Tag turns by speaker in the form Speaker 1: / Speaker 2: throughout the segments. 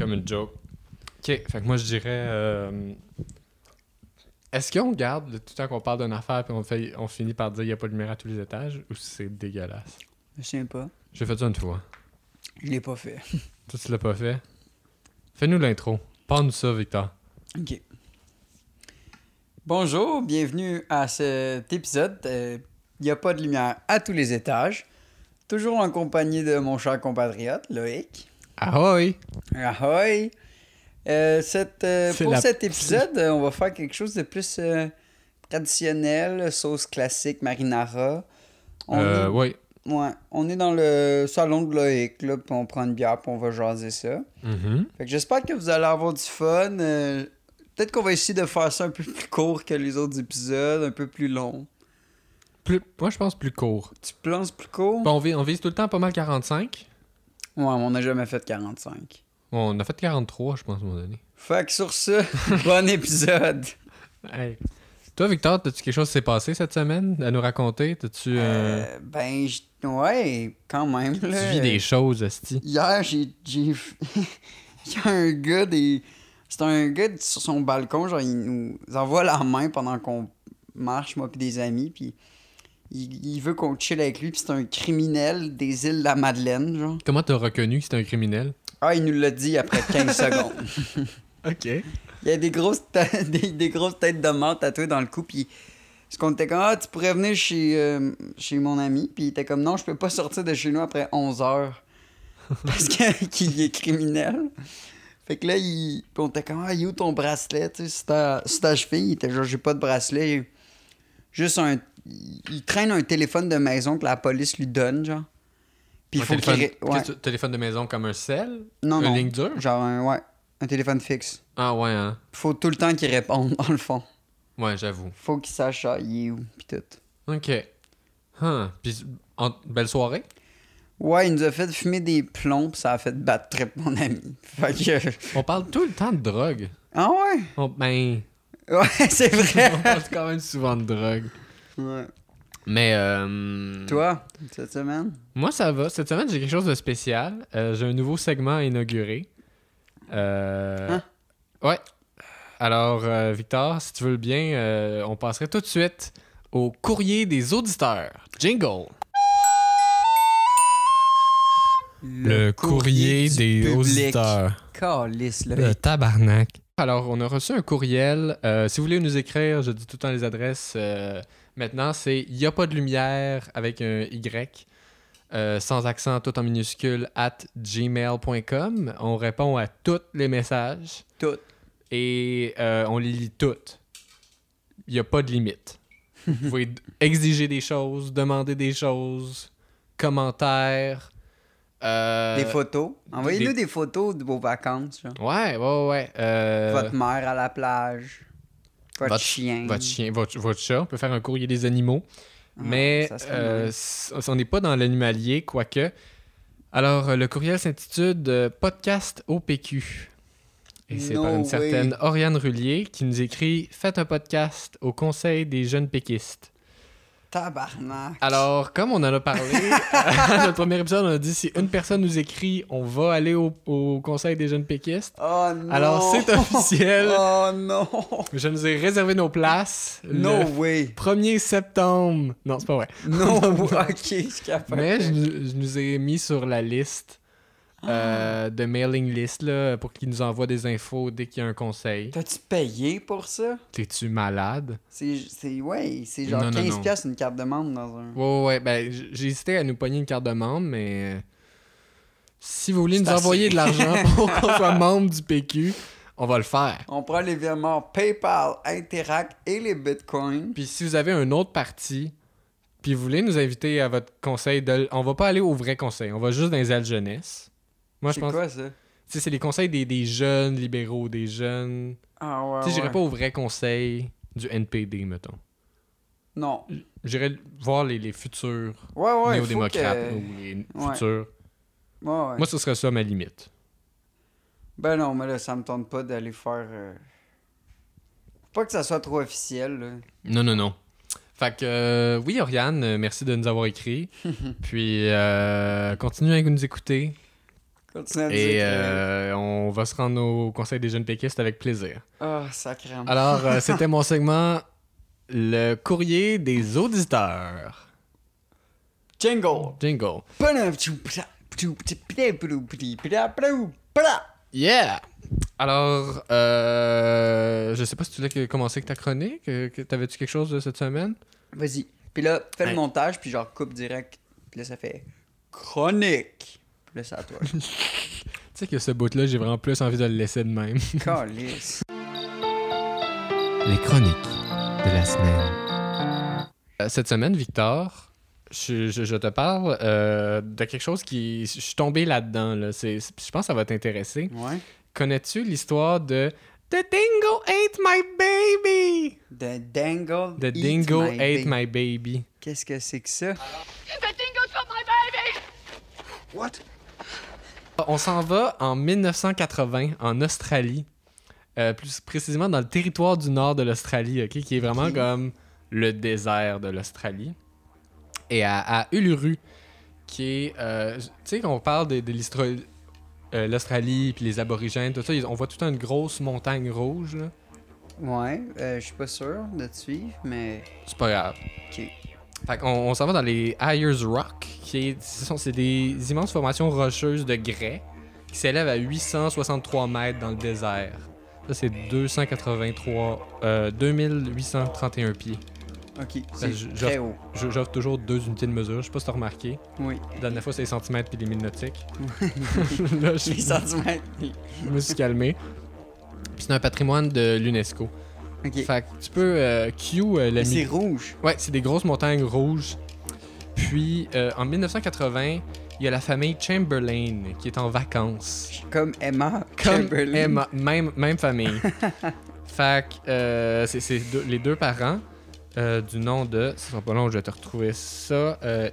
Speaker 1: comme une joke. Ok, fait que moi je dirais. euh, Est-ce qu'on garde le- tout le temps qu'on parle d'une affaire puis on, fait, on finit par dire il n'y a pas de lumière à tous les étages ou c'est dégueulasse?
Speaker 2: Je sais pas.
Speaker 1: J'ai fait ça une fois.
Speaker 2: Je l'ai pas fait.
Speaker 1: Toi tu l'as pas fait? Fais-nous l'intro. Parle-nous ça, Victor.
Speaker 2: OK. Bonjour, bienvenue à cet épisode. Il n'y a pas de lumière à tous les étages. Toujours en compagnie de mon cher compatriote, Loïc.
Speaker 1: Ahoy!
Speaker 2: Ahoy! Euh, cette, euh,
Speaker 1: C'est
Speaker 2: pour
Speaker 1: la-
Speaker 2: cet épisode, euh, on va faire quelque chose de plus euh, traditionnel, sauce classique, marinara. On,
Speaker 1: Euh,
Speaker 2: est,
Speaker 1: oui.
Speaker 2: ouais, on est dans le salon de Loïc, là, puis on prend une bière, puis on va jaser ça.
Speaker 1: Mhm.
Speaker 2: Fait que j'espère que vous allez avoir du fun. Euh, Peut-être qu'on va essayer de faire ça un peu plus court que les autres épisodes, un peu plus long.
Speaker 1: Plus, moi je pense plus court.
Speaker 2: Tu penses plus court?
Speaker 1: Bon, on, vise, on vise tout le temps pas mal 45.
Speaker 2: Ouais, mais on n'a jamais fait 45.
Speaker 1: On a fait 43, je pense, à un moment donné.
Speaker 2: Fait que sur ce, bon épisode.
Speaker 1: Hey. Toi, Victor, t'as-tu quelque chose qui s'est passé cette semaine à nous raconter? T'as-tu. euh,
Speaker 2: Euh, ben, j- ouais, quand même. là.
Speaker 1: Tu vis des choses, Asti.
Speaker 2: Hier, j'ai. j'ai- Il y a un gars des. C'est un gars de- sur son balcon, genre, il nous envoie la main pendant qu'on marche, moi puis des amis, puis il, il veut qu'on chill avec lui, puis c'est un criminel des îles de la Madeleine, genre.
Speaker 1: Comment t'as reconnu que c'était un criminel?
Speaker 2: Ah, il nous l'a dit après 15 secondes.
Speaker 1: Ok.
Speaker 2: Il y a des grosses, ta- des, des grosses têtes de mort tatouées dans le cou, puis. Parce qu'on était comme, ah, tu pourrais venir chez, euh, chez mon ami, puis il était comme, non, je peux pas sortir de chez nous après 11 heures. Parce que- qu'il est criminel. Fait que là, il... puis on était comme, ah, il est où ton bracelet, tu sais, c'est ta... c'est ta cheville. Il était genre, j'ai pas de bracelet. Juste un. Il il traîne un téléphone de maison que la police lui donne, genre. Puis il faut qu'il.
Speaker 1: téléphone,
Speaker 2: ré- ouais.
Speaker 1: qu'est-ce que tu- téléphone de maison comme un cell?
Speaker 2: Non,
Speaker 1: Une
Speaker 2: non.
Speaker 1: ligne dure?
Speaker 2: Genre, un, ouais, un téléphone fixe.
Speaker 1: Ah ouais, hein?
Speaker 2: Faut tout le temps qu'il réponde, dans le fond.
Speaker 1: Ouais, j'avoue.
Speaker 2: Faut qu'il sache, ah, il est où, puis tout.
Speaker 1: Ok. Huh. Puis, en- belle soirée?
Speaker 2: Ouais, il nous a fait fumer des plombs, pis ça a fait battre trip, mon ami. Fait que.
Speaker 1: On parle tout le temps de drogue.
Speaker 2: Ah ouais?
Speaker 1: On, ben,
Speaker 2: Ouais, c'est vrai.
Speaker 1: on parle quand même souvent de drogue.
Speaker 2: Ouais.
Speaker 1: Mais, euh,
Speaker 2: Toi, cette semaine?
Speaker 1: Moi, ça va. Cette semaine, j'ai quelque chose de spécial. Euh, j'ai un nouveau segment à inaugurer. Euh...
Speaker 2: Hein?
Speaker 1: Ouais. Alors, euh, Victor, si tu veux le bien, euh, on passerait tout de suite au courrier des auditeurs. Jingle. Le courrier des auditeurs.
Speaker 2: Calice, là.
Speaker 1: tabarnak. Alors, on a reçu un courriel. Euh, si vous voulez nous écrire, je dis tout le temps les adresses. euh, maintenant, c'est « y a pas de lumière » avec un Y, euh, sans accent, tout en minuscule, at gmail.com. On répond à tous les messages.
Speaker 2: Toutes.
Speaker 1: Et euh, on les lit toutes. Il n'y a pas de limite. vous pouvez d- exiger des choses, demander des choses, commentaires. euh,
Speaker 2: Des photos. Envoyez-nous
Speaker 1: des-
Speaker 2: des... photos de vos vacances, genre.
Speaker 1: Ouais, ouais, ouais. euh,
Speaker 2: Votre mère à la plage. Votre,
Speaker 1: votre-
Speaker 2: chien.
Speaker 1: votre chien, votre, votre chat. On peut faire un courrier des animaux.
Speaker 2: Ah,
Speaker 1: mais
Speaker 2: ça serait
Speaker 1: euh,
Speaker 2: nice.
Speaker 1: s- on n'est pas dans l'animalier, quoique. Alors, euh, le courriel s'intitule euh, Podcast OPQ. Et c'est
Speaker 2: No
Speaker 1: par une
Speaker 2: way.
Speaker 1: certaine Oriane Rullier qui nous écrit Faites un podcast au Conseil des jeunes péquistes.
Speaker 2: Tabarnak.
Speaker 1: Alors, comme on en a parlé à notre premier épisode, on a dit si une personne nous écrit, on va aller au, au Conseil des jeunes péquistes.
Speaker 2: Oh non.
Speaker 1: Alors, c'est officiel.
Speaker 2: Oh non.
Speaker 1: Je nous ai réservé nos places.
Speaker 2: No
Speaker 1: Le
Speaker 2: way.
Speaker 1: 1er septembre. Non, c'est pas vrai.
Speaker 2: No way. Ok, je suis capable.
Speaker 1: Mais je, nous- je nous ai mis sur la liste
Speaker 2: Ah.
Speaker 1: euh, de mailing list là, pour qu'ils nous envoient des infos dès qu'il y a un conseil.
Speaker 2: T'as-tu payé pour ça?
Speaker 1: T'es-tu malade?
Speaker 2: C'est, c'est, ouais, c'est genre
Speaker 1: Non, non,
Speaker 2: 15
Speaker 1: non.
Speaker 2: piastres une carte de membre dans un...
Speaker 1: Ouais, ouais, ouais, ben j- j'ai hésité à nous pogner une carte de membre, mais euh, si vous voulez
Speaker 2: C'est
Speaker 1: nous
Speaker 2: assez.
Speaker 1: envoyer de l'argent pour qu'on soit membre du PQ, on va le faire.
Speaker 2: On prend les virements PayPal, Interact et les bitcoins.
Speaker 1: Puis si vous avez un autre parti, puis vous voulez nous inviter à votre conseil, de... l- on va pas aller au vrai conseil, on va juste dans les ailes jeunesse. Moi, je
Speaker 2: c'est
Speaker 1: pense.
Speaker 2: quoi ça?
Speaker 1: Tu sais, c'est les conseils des, des jeunes libéraux, des jeunes.
Speaker 2: Ah ouais,
Speaker 1: Tu sais, j'irais
Speaker 2: ouais.
Speaker 1: pas au vrai conseil du NPD, mettons.
Speaker 2: Non.
Speaker 1: J'irais voir les, les futurs
Speaker 2: Ouais, ouais,
Speaker 1: néo-démocrates
Speaker 2: faut que-
Speaker 1: ou les
Speaker 2: Ouais.
Speaker 1: futurs.
Speaker 2: Ouais, ouais.
Speaker 1: Moi, ce serait ça ma limite.
Speaker 2: Ben non, mais là, ça me tente pas d'aller faire... euh, Pas que ça soit trop officiel, là.
Speaker 1: Non, non, non. Fait que, euh, oui, Oriane, euh, merci de nous avoir écrit. Puis, euh, continuez à nous écouter.
Speaker 2: Continue à dire
Speaker 1: Et
Speaker 2: que-
Speaker 1: euh, on on va se rendre au Conseil des jeunes péquistes avec plaisir.
Speaker 2: Ah, sacrément.
Speaker 1: Alors, euh, c'était mon segment Le courrier des auditeurs.
Speaker 2: Jingle.
Speaker 1: Jingle.
Speaker 2: Moi,
Speaker 1: Yeah! Alors, euh, je sais pas si tu voulais commencer avec ta chronique. euh, que- T'avais-tu quelque chose de cette semaine?
Speaker 2: Vas-y. Puis là, fais
Speaker 1: Ouais.
Speaker 2: le montage, puis genre coupe direct. Puis là, ça fait chronique. Puis là, c'est à toi.
Speaker 1: Tu sais que ce bout-là, j'ai vraiment plus envie de le laisser de même.
Speaker 2: Calice.
Speaker 1: Les chroniques de la semaine. Euh, Cette semaine, Victor, je, je- je te parle euh, de quelque chose qui... Je suis tombé là-dedans. Là. C'est- Je pense que ça va t'intéresser.
Speaker 2: Ouais.
Speaker 1: Connais-tu l'histoire de... The dingo ate my baby!
Speaker 2: The Dangle.
Speaker 1: The
Speaker 2: eat
Speaker 1: dingo
Speaker 2: my
Speaker 1: ate
Speaker 2: ba-
Speaker 1: my baby.
Speaker 2: Qu'est-ce que c'est que ça?
Speaker 3: The dingoes for my baby!
Speaker 1: On s'en va en 1980 en Australie, euh, plus précisément dans le territoire du nord de l'Australie, ok, qui est vraiment
Speaker 2: Ok.
Speaker 1: comme le désert de l'Australie, et à, à Uluru, qui est, euh, tu sais, qu'on parle de, de l'Austro- euh, l'Australie puis les aborigènes, tout ça, ils- on voit tout le temps une grosse montagne rouge. là.
Speaker 2: Ouais, euh, je suis pas sûr de te suivre, mais.
Speaker 1: C'est pas grave.
Speaker 2: Ok.
Speaker 1: Fait qu'on on s'en va dans les Ayers Rock, qui est- ce sont c'est des immenses formations rocheuses de grès qui s'élèvent à 863 mètres dans le désert. Ça, c'est 283, euh, 2831 pieds.
Speaker 2: Ok,
Speaker 1: Ben,
Speaker 2: c'est
Speaker 1: je-
Speaker 2: très haut.
Speaker 1: Je- J'offre toujours deux unités de mesure, je sais pas si t'as remarqué.
Speaker 2: Oui.
Speaker 1: La dernière fois, c'est les centimètres puis les milles nautiques. Là, je,
Speaker 2: Les centimètres.
Speaker 1: je me suis calmé. Puis c'est un patrimoine de l'UNESCO.
Speaker 2: Ok.
Speaker 1: Fait que tu peux euh, cue euh, la
Speaker 2: Mais
Speaker 1: musique.
Speaker 2: c'est rouge.
Speaker 1: Ouais, c'est des grosses montagnes rouges. Puis, euh, en 1980, il y a la famille Chamberlain qui est en vacances.
Speaker 2: Comme Emma.
Speaker 1: Comme
Speaker 2: Chamberlain.
Speaker 1: Emma- même, même famille. fait que euh, c'est- c'est deux- les deux parents euh, du nom de... Ce sera pas long, je vais te retrouver ça. euh,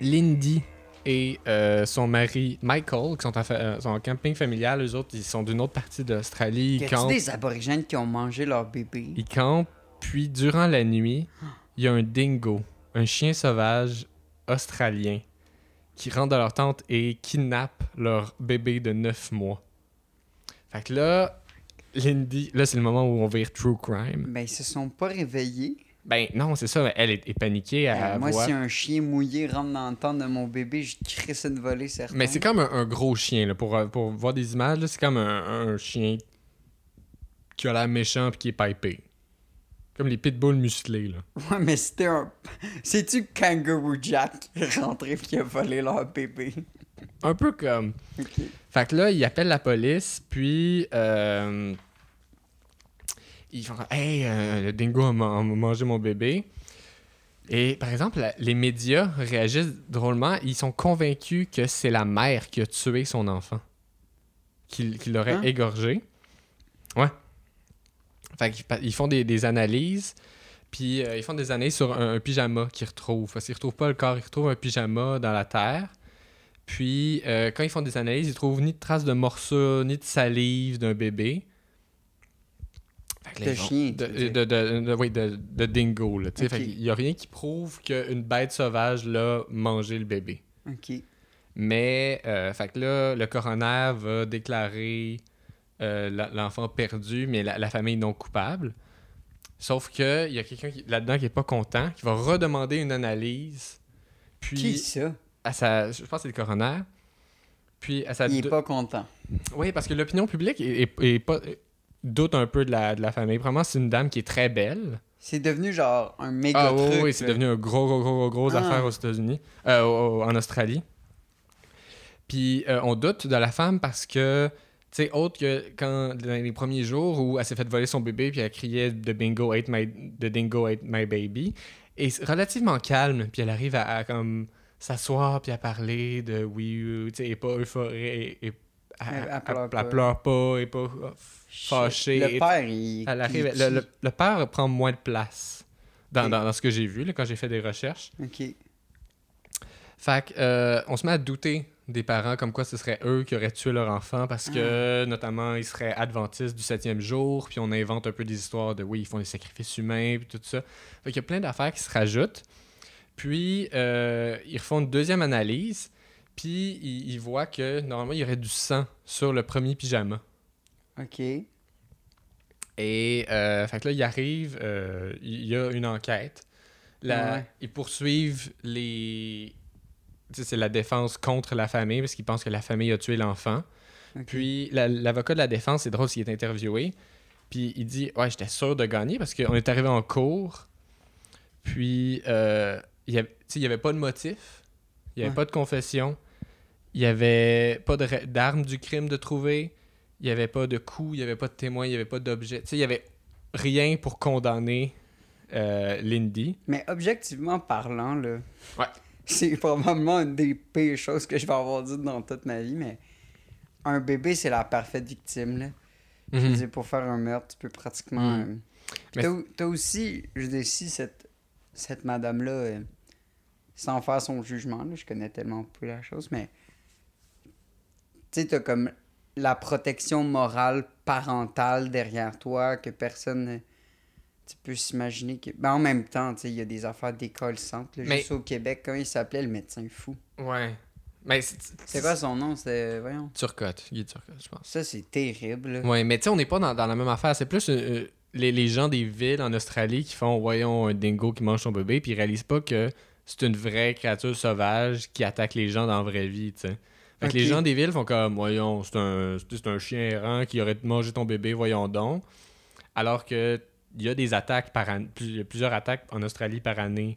Speaker 1: Lindy et euh, son mari Michael, qui sont en, fa- euh, sont en camping familial, eux autres, ils sont d'une autre partie de l'Australie.
Speaker 2: Y
Speaker 1: Ils
Speaker 2: a-tu
Speaker 1: campent.
Speaker 2: des aborigènes qui ont mangé leur bébé?
Speaker 1: Il campe, puis durant la nuit, il y a un dingo, un chien sauvage australien, qui rentre dans leur tente et kidnappe leur bébé de 9 mois. Fait que là, Lindy, là c'est le moment où on vire True Crime.
Speaker 2: Ben, ils se sont pas réveillés.
Speaker 1: Ben non, c'est ça, elle est, est paniquée à
Speaker 2: Euh, moi,
Speaker 1: voix.
Speaker 2: si un chien mouillé rentre dans le temps de mon bébé, je crisse une volée, certain.
Speaker 1: Mais c'est comme un, un gros chien, là, pour, euh, pour voir des images, là, c'est comme un, un chien qui a l'air méchant puis qui est pipé. Comme les pitbulls musclés, là.
Speaker 2: Ouais, mais c'était un... C'est-tu Kangaroo Jack qui est rentré puis qui a volé leur bébé?
Speaker 1: Un peu comme...
Speaker 2: Ok.
Speaker 1: Fait que là, ils appellent la police, puis euh, ils font comme, Hey, euh, le dingo a, man- a mangé mon bébé. Et par exemple, la- les médias réagissent drôlement. Ils sont convaincus que c'est la mère qui a tué son enfant, qu'il qu'il l'aurait
Speaker 2: Hein?
Speaker 1: égorgé. Ouais. Fait qu'ils pa- ils font des, des analyses, puis euh, ils font des analyses sur un, un pyjama qu'ils retrouvent. Parce qu'ils retrouvent pas le corps, ils retrouvent un pyjama dans la terre. Puis, euh, quand ils font des analyses, ils trouvent ni de traces de morsures, ni de salive d'un bébé. Fait que là,
Speaker 2: De
Speaker 1: ils vont-
Speaker 2: chien,
Speaker 1: De,
Speaker 2: tu veux dire.
Speaker 1: de- de- de- oui, de- de dingo. Là, tu sais.
Speaker 2: Ok.
Speaker 1: Fait qu'il y a rien qui prouve qu'une bête sauvage l'a mangé le bébé.
Speaker 2: Ok.
Speaker 1: Mais, euh, fait que là, le coroner va déclarer euh, la- l'enfant perdu, mais la, la famille non coupable. Sauf que il y a quelqu'un qui- là-dedans qui est pas content, qui va redemander une analyse. Puis,
Speaker 2: Qui, ça?
Speaker 1: à sa, je pense que c'est le coroner. Puis à sa
Speaker 2: Il est
Speaker 1: deux-
Speaker 2: pas content.
Speaker 1: oui, parce que l'opinion publique est, est- est pas doute un peu de la, de la famille. Vraiment, c'est une dame qui est très belle.
Speaker 2: C'est devenu genre un méga
Speaker 1: Ah oui,
Speaker 2: truc.
Speaker 1: oui, c'est
Speaker 2: là.
Speaker 1: devenu un gros, gros, gros, gros, gros
Speaker 2: Ah.
Speaker 1: affaire aux États-Unis, euh, au- au- en Australie. Puis euh, on doute de la femme parce que, tu sais, autre que quand dans les premiers jours où elle s'est fait voler son bébé puis elle criait de bingo ate my, the dingo ate my baby, et c'est relativement calme puis elle arrive à, à comme s'asseoir puis à parler de oui, oui, tu sais, elle est pas euphorique, et, et- elle,
Speaker 2: Elle- elle
Speaker 1: elle-
Speaker 2: pleure
Speaker 1: elle
Speaker 2: pas.
Speaker 1: pleure pas, elle est pas oh, fâchée.
Speaker 2: Le
Speaker 1: et-
Speaker 2: père, il...
Speaker 1: elle arrive-
Speaker 2: il-
Speaker 1: le, le- le père prend moins de place dans,
Speaker 2: Ok.
Speaker 1: dans- dans ce que j'ai vu là, quand j'ai fait des recherches.
Speaker 2: Ok.
Speaker 1: Fait que, euh, on se met à douter des parents comme quoi ce serait eux qui auraient tué leur enfant parce que, notamment, ils seraient adventistes du septième jour, puis on invente un peu des histoires de oui, ils font des sacrifices humains, puis tout ça. Fait qu'il y a plein d'affaires qui se rajoutent. Puis, euh, ils refont une deuxième analyse, Puis il, il voit que normalement il y aurait du sang sur le premier pyjama.
Speaker 2: OK.
Speaker 1: Et euh, fait que là, il arrive, euh, il y a une enquête. La-
Speaker 2: Ouais.
Speaker 1: Ils poursuivent les. tu sais, C'est la défense contre la famille parce qu'ils pensent que la famille a tué l'enfant.
Speaker 2: Ok.
Speaker 1: Puis la- l'avocat de la défense, c'est drôle, il est interviewé. Puis il dit Ouais, j'étais sûr de gagner parce qu'on est arrivé en cours. Puis euh, il n'y avait, tu sais, il y avait pas de motif, il n'y avait
Speaker 2: Ouais.
Speaker 1: pas de confession, il n'y avait pas de ra- d'arme du crime de trouver, il n'y avait pas de coup, il n'y avait pas de témoin, il n'y avait pas d'objet. Tu sais, il n'y avait rien pour condamner euh, Lindy.
Speaker 2: Mais objectivement parlant, là,
Speaker 1: Ouais.
Speaker 2: c'est probablement une des pires choses que je vais avoir dites dans toute ma vie, mais un bébé, c'est la parfaite victime. Là. Je veux dire, pour faire un meurtre, tu peux pratiquement.
Speaker 1: Mhm.
Speaker 2: euh,
Speaker 1: Mais-
Speaker 2: puis T'as t'as aussi, je veux dire, si cette, cette madame-là, euh, sans faire son jugement, là, je connais tellement peu la chose, mais tu sais, t'as comme la protection morale parentale derrière toi que personne. euh, Tu peux s'imaginer que. Ben, en même temps, tu sais, il y a des affaires décollissantes. là,
Speaker 1: Mais-
Speaker 2: Juste au Québec, comment il s'appelait le médecin fou
Speaker 1: Ouais. Mais c'est-
Speaker 2: C'est quoi son nom C'était. Voyons.
Speaker 1: Turcotte, Guy Turcotte, je pense.
Speaker 2: Ça, c'est terrible. là.
Speaker 1: Ouais, mais tu sais, on n'est pas dans, dans la même affaire. C'est plus euh, les, les gens des villes en Australie qui font, voyons, un dingo qui mange son bébé, puis ils réalisent pas que c'est une vraie créature sauvage qui attaque les gens dans la vraie vie, tu sais. Fait que les
Speaker 2: Ok.
Speaker 1: gens des villes font comme, voyons, c'est un, c'est- c'est un chien errant qui aurait mangé ton bébé, voyons donc. Alors que il y a des attaques par an- plus- il y a plusieurs attaques en Australie par année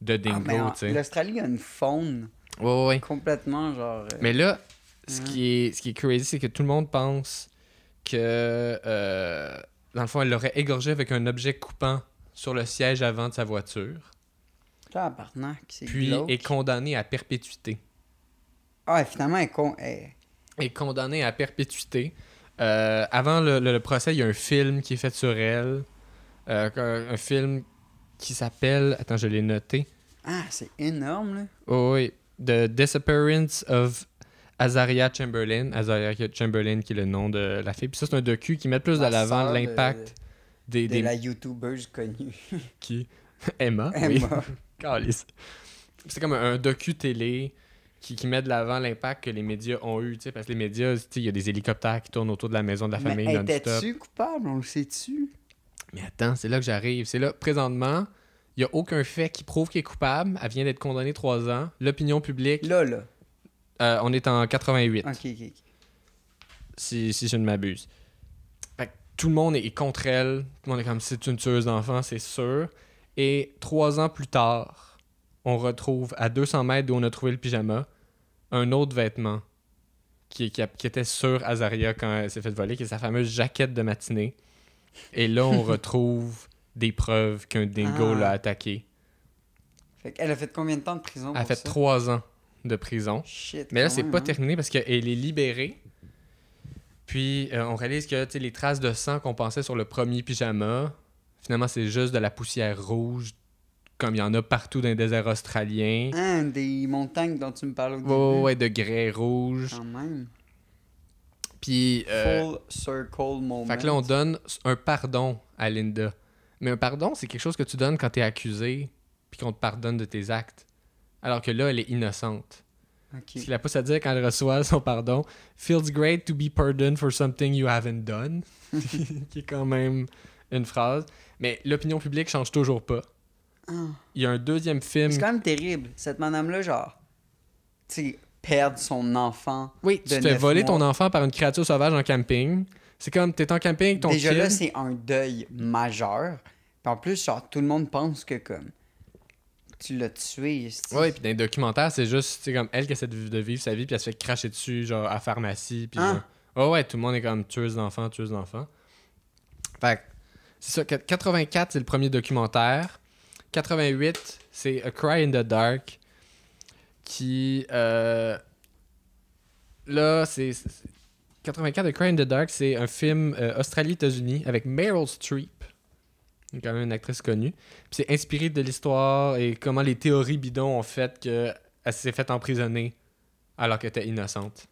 Speaker 1: de
Speaker 2: Ah,
Speaker 1: dingo,
Speaker 2: mais en-
Speaker 1: tu sais.
Speaker 2: L'Australie a une faune
Speaker 1: Ouais, ouais, ouais.
Speaker 2: complètement genre. euh,
Speaker 1: Mais là, ce qui est, ce qui est crazy, c'est que tout le monde pense que, euh, dans le fond, elle l'aurait égorgé avec un objet coupant sur le siège avant de sa voiture,
Speaker 2: Tabarnak, c'est
Speaker 1: puis
Speaker 2: glauque.
Speaker 1: est condamnée à perpétuité.
Speaker 2: Ah, finalement, elle con... elle-
Speaker 1: Est condamnée à perpétuité. Euh, avant le, le- le procès, il y a un film qui est fait sur elle, euh, un- un film qui s'appelle, attends, je l'ai noté,
Speaker 2: Ah, c'est énorme, là.
Speaker 1: Oh oui, The Disappearance of Azaria Chamberlain. Azaria Chamberlain qui est le nom de la fille. Puis ça, c'est un docu qui met plus
Speaker 2: La
Speaker 1: à l'avant
Speaker 2: sœur de-
Speaker 1: l'impact des,
Speaker 2: De
Speaker 1: des
Speaker 2: la youtubeuse connue.
Speaker 1: qui... Emma, oui.
Speaker 2: Emma.
Speaker 1: Calisse. C'est comme un, un docu télé qui, qui met de l'avant l'impact que les médias ont eu. tu sais, Parce que les médias, tu sais, il y a des hélicoptères qui tournent autour de la maison de la famille
Speaker 2: Mais
Speaker 1: non-stop.
Speaker 2: était-tu coupable, on le sait-tu?
Speaker 1: Mais attends, c'est là que j'arrive. C'est là, présentement, il n'y a aucun fait qui prouve qu'elle est coupable. Elle vient d'être condamnée trois ans. L'opinion publique,
Speaker 2: Là, là.
Speaker 1: euh, on est en 88.
Speaker 2: Ok, ok. ok.
Speaker 1: si, si je ne m'abuse. Fait que tout le monde est contre elle. Tout le monde est comme c'est une tueuse d'enfants, c'est sûr. Et trois ans plus tard, on retrouve à 200 mètres d'où on a trouvé le pyjama un autre vêtement qui, qui, qui était sur Azaria quand elle s'est fait voler, qui est sa fameuse jaquette de matinée. Et là, on retrouve des preuves qu'un dingo
Speaker 2: Ah.
Speaker 1: l'a attaqué.
Speaker 2: Fait qu'elle a fait combien de temps de prison
Speaker 1: Elle a
Speaker 2: pour
Speaker 1: fait
Speaker 2: ça?
Speaker 1: trois ans de prison.
Speaker 2: Shit,
Speaker 1: Mais là,
Speaker 2: quand
Speaker 1: c'est
Speaker 2: même,
Speaker 1: pas
Speaker 2: hein.
Speaker 1: terminé parce qu'elle est libérée. Puis euh, on réalise que tu sais, les traces de sang qu'on pensait sur le premier pyjama, finalement, c'est juste de la poussière rouge, comme il y en a partout dans les déserts australiens.
Speaker 2: Hein, des montagnes dont tu me parles au début.
Speaker 1: Ouais, ouais, ouais, de grès rouge.
Speaker 2: Quand même.
Speaker 1: Puis. euh,
Speaker 2: Full circle Ah. moment.
Speaker 1: Fait que là, on donne un pardon à Linda. Mais un pardon, c'est quelque chose que tu donnes quand t'es accusé, puis qu'on te pardonne de tes actes. Alors que là, elle est innocente.
Speaker 2: Ok.
Speaker 1: Ce qui la pousse à dire quand elle reçoit son pardon, feels great to be pardoned for something you haven't done, qui est quand même une phrase. Mais l'opinion publique change toujours pas.
Speaker 2: Ah.
Speaker 1: Il y a un deuxième film.
Speaker 2: C'est quand même terrible. Cette madame-là, genre, tu sais, perdre son enfant.
Speaker 1: Oui, tu
Speaker 2: de
Speaker 1: te fais
Speaker 2: neuf
Speaker 1: voler
Speaker 2: mois.
Speaker 1: ton enfant par une créature sauvage en camping. C'est comme t'es en camping avec ton
Speaker 2: Déjà
Speaker 1: kid.
Speaker 2: là, c'est un deuil majeur. Puis en plus, genre, tout le monde pense que comme tu l'as tué. esti.
Speaker 1: Ouais, puis dans les documentaires, c'est juste tu sais, comme elle qui essaie de vi- de vivre sa vie, puis elle se fait cracher dessus, genre à pharmacie. Puis
Speaker 2: Hein?
Speaker 1: genre, ouais, ouais, tout le monde est comme tueuse d'enfants, tueuse d'enfants. Fait que, c'est ça. quat- 84, c'est le premier documentaire. 88, c'est A Cry in the Dark, qui. euh, là, c'est. c'est- 84, A Cry in the Dark, c'est un film euh, Australie-États-Unis avec Meryl Streep, quand même une actrice connue. Puis c'est inspiré de l'histoire et comment les théories bidons ont fait que elle s'est faite emprisonner alors qu'elle était innocente.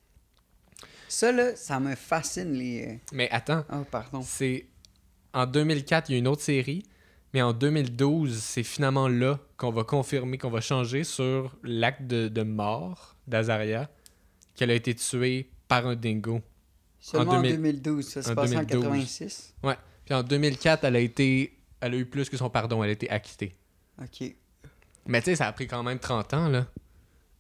Speaker 2: Ça là, ça me fascine les.
Speaker 1: Mais attends,
Speaker 2: Oh pardon.
Speaker 1: c'est en 2004, il y a une autre série, mais en 2012, c'est finalement là qu'on va confirmer, qu'on va changer sur l'acte de, de mort d'Azaria qu'elle a été tuée par un dingo.
Speaker 2: Seulement en,
Speaker 1: 2000
Speaker 2: 2012, ça se
Speaker 1: en
Speaker 2: passait en
Speaker 1: 2012.
Speaker 2: 86.
Speaker 1: Puis en 2004, elle a été elle a eu plus que son pardon, elle a été acquittée.
Speaker 2: Ok.
Speaker 1: Mais tu sais, ça a pris quand même 30 ans là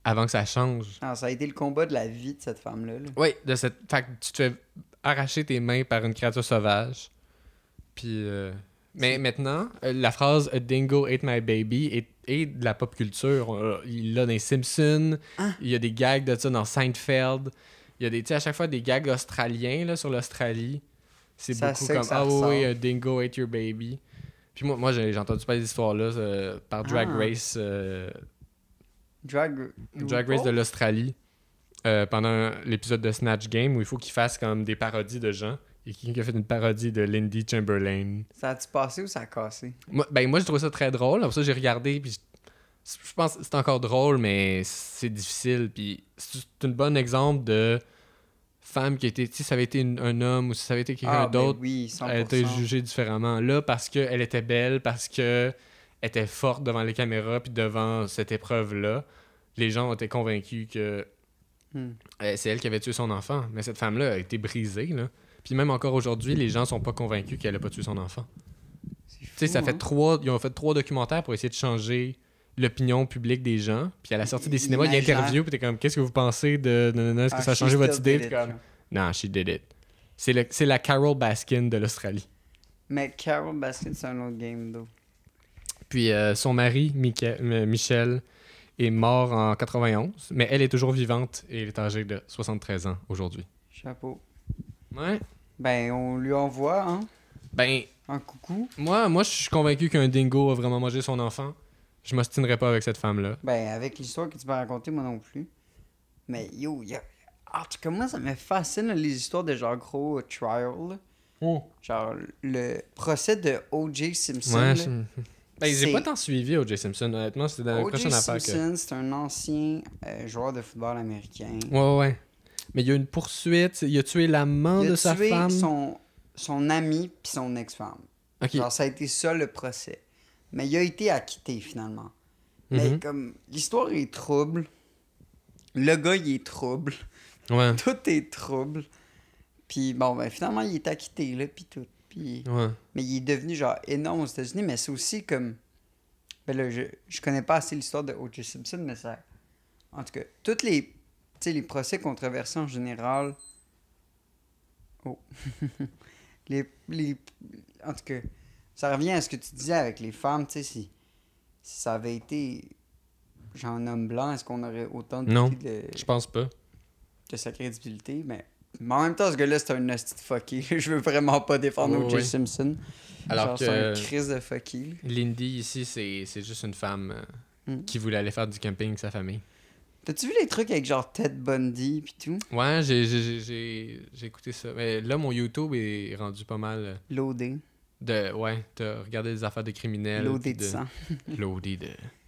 Speaker 1: avant que ça change.
Speaker 2: Alors, ça a été le combat de la vie de cette femme-là. là.
Speaker 1: Oui, de cette fait que tu te fais arracher tes mains par une créature sauvage. Puis euh, mais maintenant, euh, la phrase A dingo ate my baby est, est de la pop culture. On l'a- Il l'a dans les Simpsons,
Speaker 2: Ah.
Speaker 1: il y a des gags de ça dans Seinfeld. Il y a des tu sais, à chaque fois des gags australiens là sur l'Australie. C'est
Speaker 2: Ça
Speaker 1: beaucoup
Speaker 2: sait que
Speaker 1: comme
Speaker 2: ça
Speaker 1: ah oui, oui,
Speaker 2: ressort.
Speaker 1: A dingo ate your baby. Puis moi, moi j'ai j'ai entendu pas ces histoires-là euh, par Drag
Speaker 2: Ah.
Speaker 1: Race euh,
Speaker 2: Drag, Oh,
Speaker 1: Drag Race de l'Australie euh, pendant l'épisode de Snatch Game où il faut qu'il fasse comme des parodies de gens. Il y a quelqu'un qui a fait une parodie de Lindy Chamberlain.
Speaker 2: Ça a-tu passé ou ça a cassé?
Speaker 1: Moi, ben moi, j'ai trouvé ça très drôle. Pour ça, j'ai regardé puis je, je pense que c'est encore drôle, mais c'est difficile. Puis c'est un bon exemple de femme qui était, si ça avait été une- un homme ou si ça avait été quelqu'un
Speaker 2: ah, ben
Speaker 1: d'autre,
Speaker 2: oui,
Speaker 1: elle
Speaker 2: 100%.
Speaker 1: était jugée différemment. Là, parce qu'elle était belle, parce que elle était forte devant les caméras, puis devant cette épreuve-là, les gens étaient convaincus que
Speaker 2: Hmm.
Speaker 1: euh, c'est elle qui avait tué son enfant. Mais cette femme-là a été brisée, là. Puis même encore aujourd'hui, les gens sont pas convaincus qu'elle a pas tué son enfant.
Speaker 2: C'est
Speaker 1: Tu sais,
Speaker 2: fou,
Speaker 1: ça
Speaker 2: hein?
Speaker 1: fait trois... Ils ont fait trois documentaires pour essayer de changer l'opinion publique des gens. Puis à la sortie des cinémas, ils
Speaker 2: Imaginaire.
Speaker 1: interviewent, puis t'es comme « Qu'est-ce que vous pensez de... nanana? Est-ce que
Speaker 2: Ah,
Speaker 1: ça a
Speaker 2: she
Speaker 1: changé votre
Speaker 2: still
Speaker 1: idée? »
Speaker 2: did
Speaker 1: T'es
Speaker 2: it,
Speaker 1: comme
Speaker 2: genre.
Speaker 1: « Non, she did it. » C'est le- c'est la Carol Baskin de l'Australie.
Speaker 2: Mais Carol Baskin, c'est un autre game, though.
Speaker 1: Puis euh, son mari, Mica- euh, Michel, est mort en 91, mais elle est toujours vivante et elle est âgée de 73 ans aujourd'hui.
Speaker 2: Chapeau.
Speaker 1: Ouais.
Speaker 2: Ben, on lui envoie, hein?
Speaker 1: Ben,
Speaker 2: Un coucou.
Speaker 1: moi, moi je suis convaincu qu'un dingo a vraiment mangé son enfant. Je m'ostinerai pas avec cette femme-là.
Speaker 2: Ben, avec l'histoire que tu m'as racontée, moi non plus. Mais yo, y a- en tout cas, moi, ça me fascine là, les histoires de genre gros euh, trial. là. Genre le procès de O.J. Simpson.
Speaker 1: Ouais,
Speaker 2: là.
Speaker 1: je- Ben, j'ai
Speaker 2: C'est-
Speaker 1: pas tant suivi O.J. Simpson, honnêtement. C'était dans la
Speaker 2: O.J.
Speaker 1: euh, prochaine affaire que... Ouais,
Speaker 2: Simpson, c'est un ancien euh, joueur de football américain.
Speaker 1: ouais, ouais. Mais il y a une poursuite. Il a tué l'amant
Speaker 2: Il a
Speaker 1: de sa
Speaker 2: tué
Speaker 1: femme.
Speaker 2: son, son ami puis son ex-femme.
Speaker 1: Ok.
Speaker 2: Genre, ça a été ça le procès. Mais il a été acquitté finalement. Mais
Speaker 1: Mhm.
Speaker 2: comme l'histoire est trouble, le gars il est trouble,
Speaker 1: Ouais.
Speaker 2: tout est trouble. Puis bon, ben finalement il est acquitté là, puis tout. Puis-
Speaker 1: Ouais.
Speaker 2: Mais il est devenu genre énorme aux États-Unis, mais c'est aussi comme. Ben là, je, je connais pas assez l'histoire de O.J. Simpson, mais ça. En tout cas, toutes les. tu sais, les procès controversés en général. Oh. les, les- En tout cas, ça revient à ce que tu disais avec les femmes, tu sais, si, si ça avait été. Genre un homme blanc, est-ce qu'on aurait autant de,
Speaker 1: Non.
Speaker 2: de,
Speaker 1: Je pense pas.
Speaker 2: de sa crédibilité? Mais. Mais en même temps, ce gars-là, c'est un hostie de fucké. Je veux vraiment pas défendre
Speaker 1: Oh,
Speaker 2: O.J.
Speaker 1: oui.
Speaker 2: Simpson.
Speaker 1: Alors
Speaker 2: Alors c'est
Speaker 1: que...
Speaker 2: une crise de fucky.
Speaker 1: Lindy, ici, c'est c'est juste une femme euh,
Speaker 2: Mhm.
Speaker 1: qui voulait aller faire du camping avec sa famille.
Speaker 2: T'as-tu vu les trucs avec genre Ted Bundy pis tout?
Speaker 1: Ouais, j'ai- j'ai- j'ai j'ai- j'ai écouté ça. Mais là, mon YouTube est rendu pas mal euh,
Speaker 2: Loadé.
Speaker 1: de. Ouais, t'as regardé des affaires de criminels.
Speaker 2: Loadé
Speaker 1: puis
Speaker 2: de sang.
Speaker 1: Loadé de.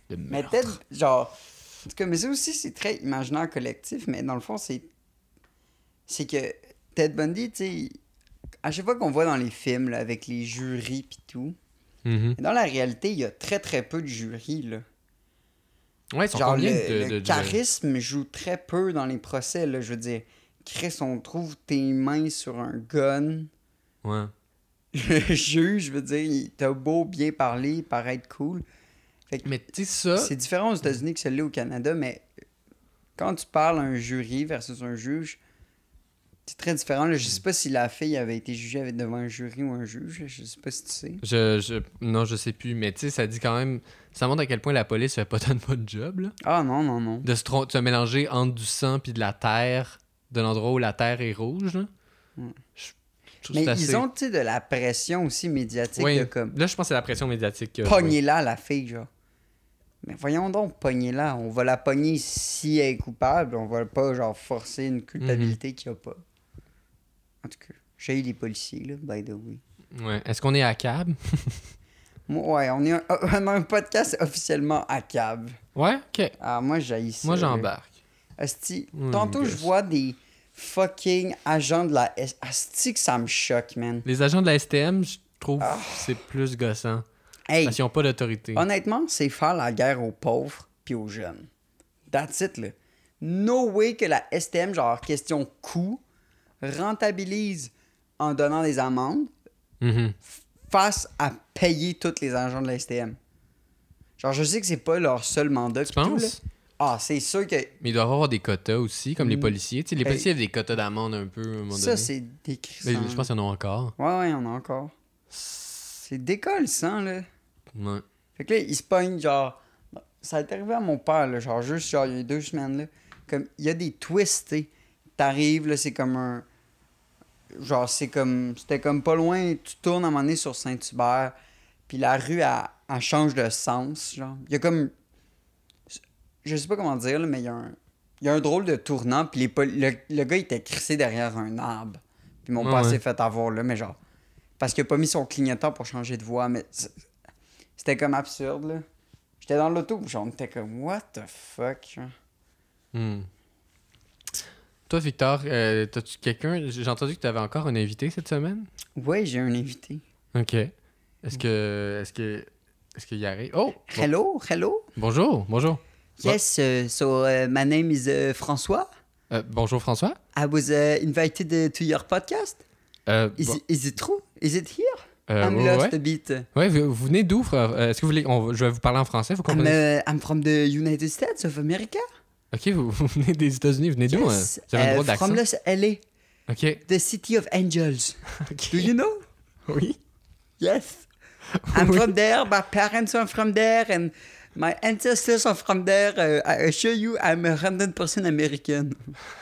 Speaker 1: de
Speaker 2: Mais
Speaker 1: meurtre.
Speaker 2: Ted, genre... En tout cas, mais ça aussi, c'est très imaginaire collectif, mais dans le fond, c'est... C'est que Ted Bundy, tu sais... À chaque fois qu'on voit dans les films, là, avec les jurys pis tout,
Speaker 1: Mhm.
Speaker 2: dans la réalité, il y a très très peu de jurys, là.
Speaker 1: Ouais, ils sont
Speaker 2: Genre, le,
Speaker 1: combien de,
Speaker 2: le
Speaker 1: de- de-
Speaker 2: charisme joue très peu dans les procès, là, je veux dire. Chris, on trouve tes mains sur un gun...
Speaker 1: Ouais.
Speaker 2: le juge, je veux dire, il- t'as beau bien parler, paraître cool. Fait que
Speaker 1: Mais tu sais, ça.
Speaker 2: c'est différent aux États-Unis que celui au Canada, mais quand tu parles à un jury versus un juge, c'est très différent. là. Je sais pas si la fille avait été jugée avec- devant un jury ou un juge, je sais pas si tu sais.
Speaker 1: Je, je- non, je sais plus, mais tu sais, ça dit quand même. Ça montre à quel point la police fait pas tant de bon job, là.
Speaker 2: Ah non, non, non.
Speaker 1: De se, trom- de se mélanger entre du sang puis de la terre, de l'endroit où la terre est rouge, là.
Speaker 2: Mm.
Speaker 1: Je- je trouve
Speaker 2: Mais
Speaker 1: ça assez-
Speaker 2: ils ont, tu sais, de la pression aussi médiatique
Speaker 1: Ouais.
Speaker 2: de comme,
Speaker 1: Là, je pense que c'est la pression médiatique. qui a joué.
Speaker 2: pognez-la la fille, genre. Mais voyons donc, pognez-la. On va la pogner si elle est coupable. On va pas, genre, forcer une culpabilité
Speaker 1: Mhm.
Speaker 2: qu'il n'y a pas. En tout cas, j'ai eu les policiers, là, by the way.
Speaker 1: Ouais. Est-ce qu'on est à cab?
Speaker 2: Moi, ouais, on est un, on a un podcast officiellement à cab.
Speaker 1: Ouais, ok.
Speaker 2: Ah, moi, j'ai ça.
Speaker 1: Moi,
Speaker 2: là.
Speaker 1: j'embarque.
Speaker 2: Asti,
Speaker 1: Oui,
Speaker 2: tantôt, je
Speaker 1: yes.
Speaker 2: vois des fucking agents de la... S- Asti, que ça me choque, man.
Speaker 1: Les agents de la STM, je trouve que c'est plus gossant.
Speaker 2: Ah. Hey,
Speaker 1: Parce qu'ils n'ont pas d'autorité.
Speaker 2: Honnêtement, c'est faire la guerre aux pauvres puis aux jeunes. That's it, là. no way que la STM, genre question coût, rentabilise en donnant des amendes
Speaker 1: Mhm.
Speaker 2: face à payer tous les agents de la STM. Genre, je sais que c'est pas leur seul mandat.
Speaker 1: Tu
Speaker 2: pis tout,
Speaker 1: penses?
Speaker 2: là. Ah, c'est sûr que
Speaker 1: Mais il doit y avoir des quotas aussi, comme les
Speaker 2: Mm.
Speaker 1: policiers. Tu sais, les
Speaker 2: Hey.
Speaker 1: policiers avaient des quotas d'amende un peu à un moment
Speaker 2: ça,
Speaker 1: donné.
Speaker 2: c'est
Speaker 1: Mais
Speaker 2: décrissant.
Speaker 1: je pense qu'il y en a encore.
Speaker 2: Ouais, ouais, on a encore. C'est décollissant, là.
Speaker 1: Ouais.
Speaker 2: Fait que là, il se pogne, genre. Ça est arrivé à mon père, là, genre, juste, genre, il y a deux semaines, là. Comme, il y a des twists, tu sais. T'arrives, là, c'est comme un. Genre, c'est comme. C'était comme pas loin, tu tournes à un moment donné sur Saint-Hubert, puis la rue, elle, elle change de sens, genre. Il y a comme. Je sais pas comment dire, là, mais il y a un. Il y a un drôle de tournant, puis les pol- le, le gars, il était crissé derrière un arbre. Puis mon
Speaker 1: Ouais,
Speaker 2: père
Speaker 1: ouais.
Speaker 2: s'est fait avoir, là, mais genre. Parce qu'il a pas mis son clignotant pour changer de voie, mais. c'est- C'était comme absurde, là. J'étais dans l'auto, puis genre, on était comme, what the fuck, genre.
Speaker 1: Hmm. Toi, Victor, euh, t'as-tu quelqu'un J'ai entendu que tu avais encore un invité cette semaine.
Speaker 2: Ouais, j'ai un invité.
Speaker 1: Ok. Est-ce que. Est-ce que. Est-ce qu'il y arrive Oh Bon-
Speaker 2: Hello, hello.
Speaker 1: Bonjour, bonjour. Bon-
Speaker 2: Yes, uh, so uh, my name is uh, François.
Speaker 1: Euh, bonjour, François.
Speaker 2: I was uh, invited uh, to your podcast.
Speaker 1: Euh,
Speaker 2: Is,
Speaker 1: bon-
Speaker 2: it, is it true? Is it here?
Speaker 1: euh,
Speaker 2: I'm
Speaker 1: ouais,
Speaker 2: lost
Speaker 1: ouais.
Speaker 2: a bit.
Speaker 1: Ouais, vous, vous venez d'où, frère? Euh, Est-ce que vous voulez. on va- je vais vous parler en français, vous
Speaker 2: I'm,
Speaker 1: comprenez
Speaker 2: uh, I'm from the United States of America.
Speaker 1: Ok, vous, vous venez des États-Unis, vous venez d'où
Speaker 2: Yes,
Speaker 1: hein? Vous avez
Speaker 2: uh,
Speaker 1: le droit d'accent.
Speaker 2: from Los LA,
Speaker 1: Ok.
Speaker 2: the city of angels. Do you know?
Speaker 1: Oui.
Speaker 2: Yes. I'm from there. My parents are from there, and my ancestors are from there. Uh, I assure you, I'm a hundred percent American.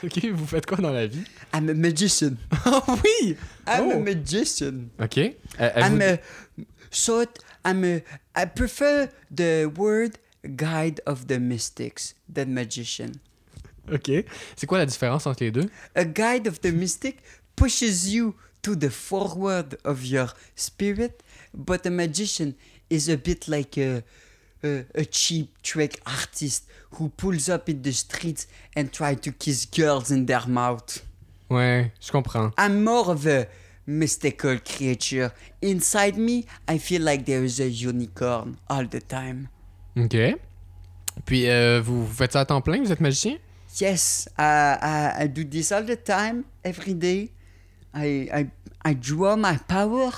Speaker 1: Ok, vous faites quoi dans la vie
Speaker 2: I'm a magician.
Speaker 1: Oh oui
Speaker 2: I'm a
Speaker 1: Oh.
Speaker 2: magician.
Speaker 1: Ok. Euh, avez-vous-
Speaker 2: I'm a sort. I'm a. I prefer the word guide of the mystics than magician.
Speaker 1: Ok. C'est quoi la différence entre les deux?
Speaker 2: A guide of the mystic pushes you to the forward of your spirit, but a magician is a bit like a, a, a cheap trick artist who pulls up in the streets and try to kiss girls in their mouth.
Speaker 1: Ouais, je comprends.
Speaker 2: I'm more of a mystical creature. Inside me, I feel like there is a unicorn all the time.
Speaker 1: Ok. Puis, euh, vous, vous faites ça à temps plein? Vous êtes magicien?
Speaker 2: Yes, I, I, I do this all the time, every day. I, I, I draw my power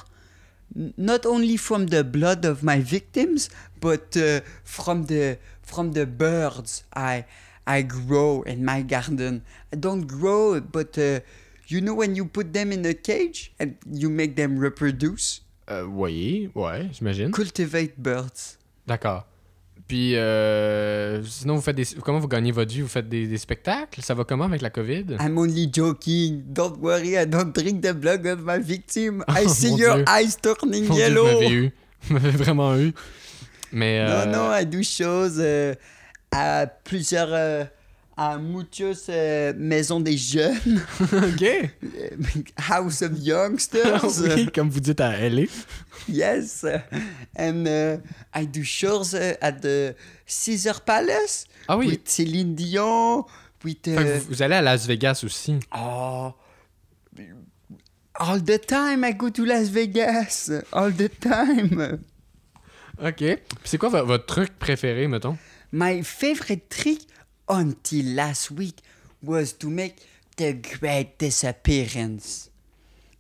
Speaker 2: n- not only from the blood of my victims, but uh, from the from the birds I I grow in my garden. I don't grow, but uh, you know when you put them in a cage and you make them reproduce.
Speaker 1: Euh, oui, ouais, j'imagine.
Speaker 2: Cultivate birds.
Speaker 1: D'accord. Puis, euh, sinon, vous faites des... Comment vous gagnez votre vie? Vous faites des, des spectacles? Ça va comment avec la COVID?
Speaker 2: I'm only joking. Don't worry, I don't drink the blood of my victim. I
Speaker 1: Oh,
Speaker 2: see
Speaker 1: mon
Speaker 2: your
Speaker 1: Dieu.
Speaker 2: eyes turning
Speaker 1: Mon Dieu,
Speaker 2: yellow.
Speaker 1: Vous m'avez eu. Vous m'avez vraiment eu. Mais... euh,
Speaker 2: Non, non, I do shows euh, à plusieurs. euh, à muchos euh, maisons des jeunes.
Speaker 1: ok.
Speaker 2: euh, House of Youngsters.
Speaker 1: Ah oui, comme vous dites à LA.
Speaker 2: Yes. And uh, I do shows uh, at the Caesar Palace.
Speaker 1: Ah oui.
Speaker 2: With Céline Dion. With.
Speaker 1: Fait que
Speaker 2: uh,
Speaker 1: vous, vous allez à Las Vegas aussi.
Speaker 2: Oh. All the time I go to Las Vegas. All the time.
Speaker 1: Ok. Puis c'est quoi vo- votre truc préféré, mettons?
Speaker 2: My favorite trick until last week was to make the great disappearance.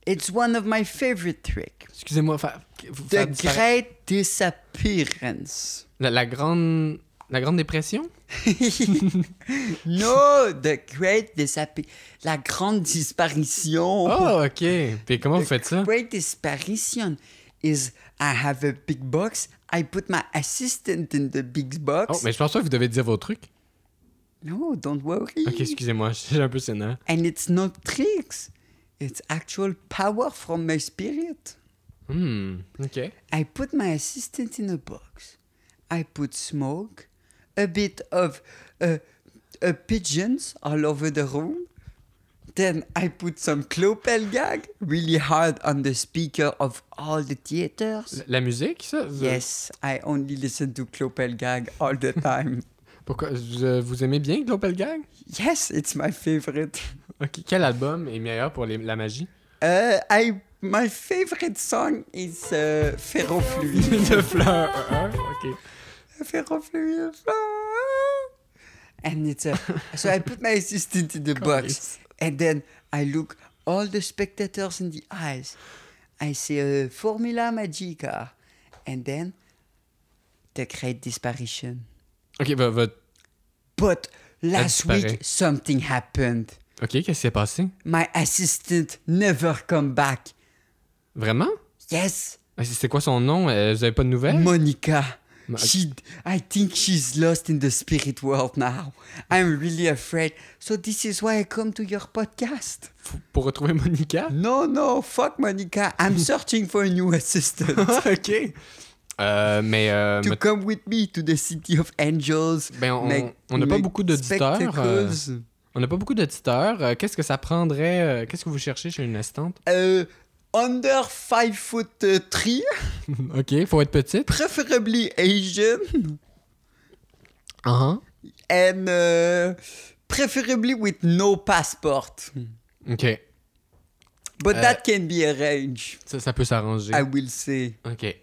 Speaker 2: It's one of my favorite tricks.
Speaker 1: Excusez-moi, fa- vous
Speaker 2: The
Speaker 1: faites dispara-
Speaker 2: great disappearance.
Speaker 1: la, la grande la grande dépression
Speaker 2: no, the great disappearance. La grande disparition.
Speaker 1: Oh, OK. Puis comment vous faites ça
Speaker 2: Great disparition is I have a big box. I put my assistant in the big box.
Speaker 1: Oh, mais je pense pas que vous devez dire vos trucs.
Speaker 2: No, don't worry.
Speaker 1: OK, excusez-moi, je suis un peu sénat.
Speaker 2: And it's not tricks. It's actual power from my spirit.
Speaker 1: Hmm. OK.
Speaker 2: I put my assistant in a box. I put smoke, a bit of uh, uh, pigeons all over the room. Then I put some clopel gag really hard on the speaker of all the theaters.
Speaker 1: La, la musique, ça vous-
Speaker 2: Yes, I only listen to clopel gag all the time.
Speaker 1: Pourquoi vous, euh, vous aimez bien Global
Speaker 2: yes, it's my favorite.
Speaker 1: OK, quel album est meilleur pour les- la magie
Speaker 2: Uh, I my favorite song is uh, Ferrofluid.
Speaker 1: De fleurs. euh, euh, OK.
Speaker 2: Ferrofluid. Ah! and it's a. so I put my assistant in the box, and then I look all the spectators in the eyes. I say uh, Formula Magica, and then the great disparition.
Speaker 1: Ok, va- va-
Speaker 2: But last
Speaker 1: disparaît.
Speaker 2: week something happened.
Speaker 1: Ok, qu'est-ce qui s'est passé?
Speaker 2: My assistant never come back.
Speaker 1: Vraiment?
Speaker 2: Yes,
Speaker 1: Ah, c'est- C'est quoi son nom? Euh, Vous avez pas de nouvelles?
Speaker 2: Monica.
Speaker 1: Ma-
Speaker 2: She, I think she's lost in the spirit world now. I'm really afraid. So this is why I come to your podcast.
Speaker 1: F- Pour retrouver Monica?
Speaker 2: No, no, fuck Monica. I'm searching for a new assistant
Speaker 1: ok. Euh, mais euh,
Speaker 2: to
Speaker 1: mais-
Speaker 2: come with me to the city of angels.
Speaker 1: ben, on
Speaker 2: make-
Speaker 1: on n'a pas
Speaker 2: make
Speaker 1: beaucoup d'auditeurs. euh,
Speaker 2: spectacles.
Speaker 1: on n'a pas beaucoup d'auditeurs. Euh, Qu'est-ce que ça prendrait? euh, Qu'est-ce que vous cherchez chez une assistante?
Speaker 2: Euh, under five foot euh, three,
Speaker 1: ok, faut être petite.
Speaker 2: preferably Asian,
Speaker 1: Ah,
Speaker 2: and uh, preferably with no passport.
Speaker 1: ah. Ok,
Speaker 2: But
Speaker 1: Euh,
Speaker 2: that can be arranged,
Speaker 1: ça, ça peut s'arranger.
Speaker 2: I will say.
Speaker 1: Ok.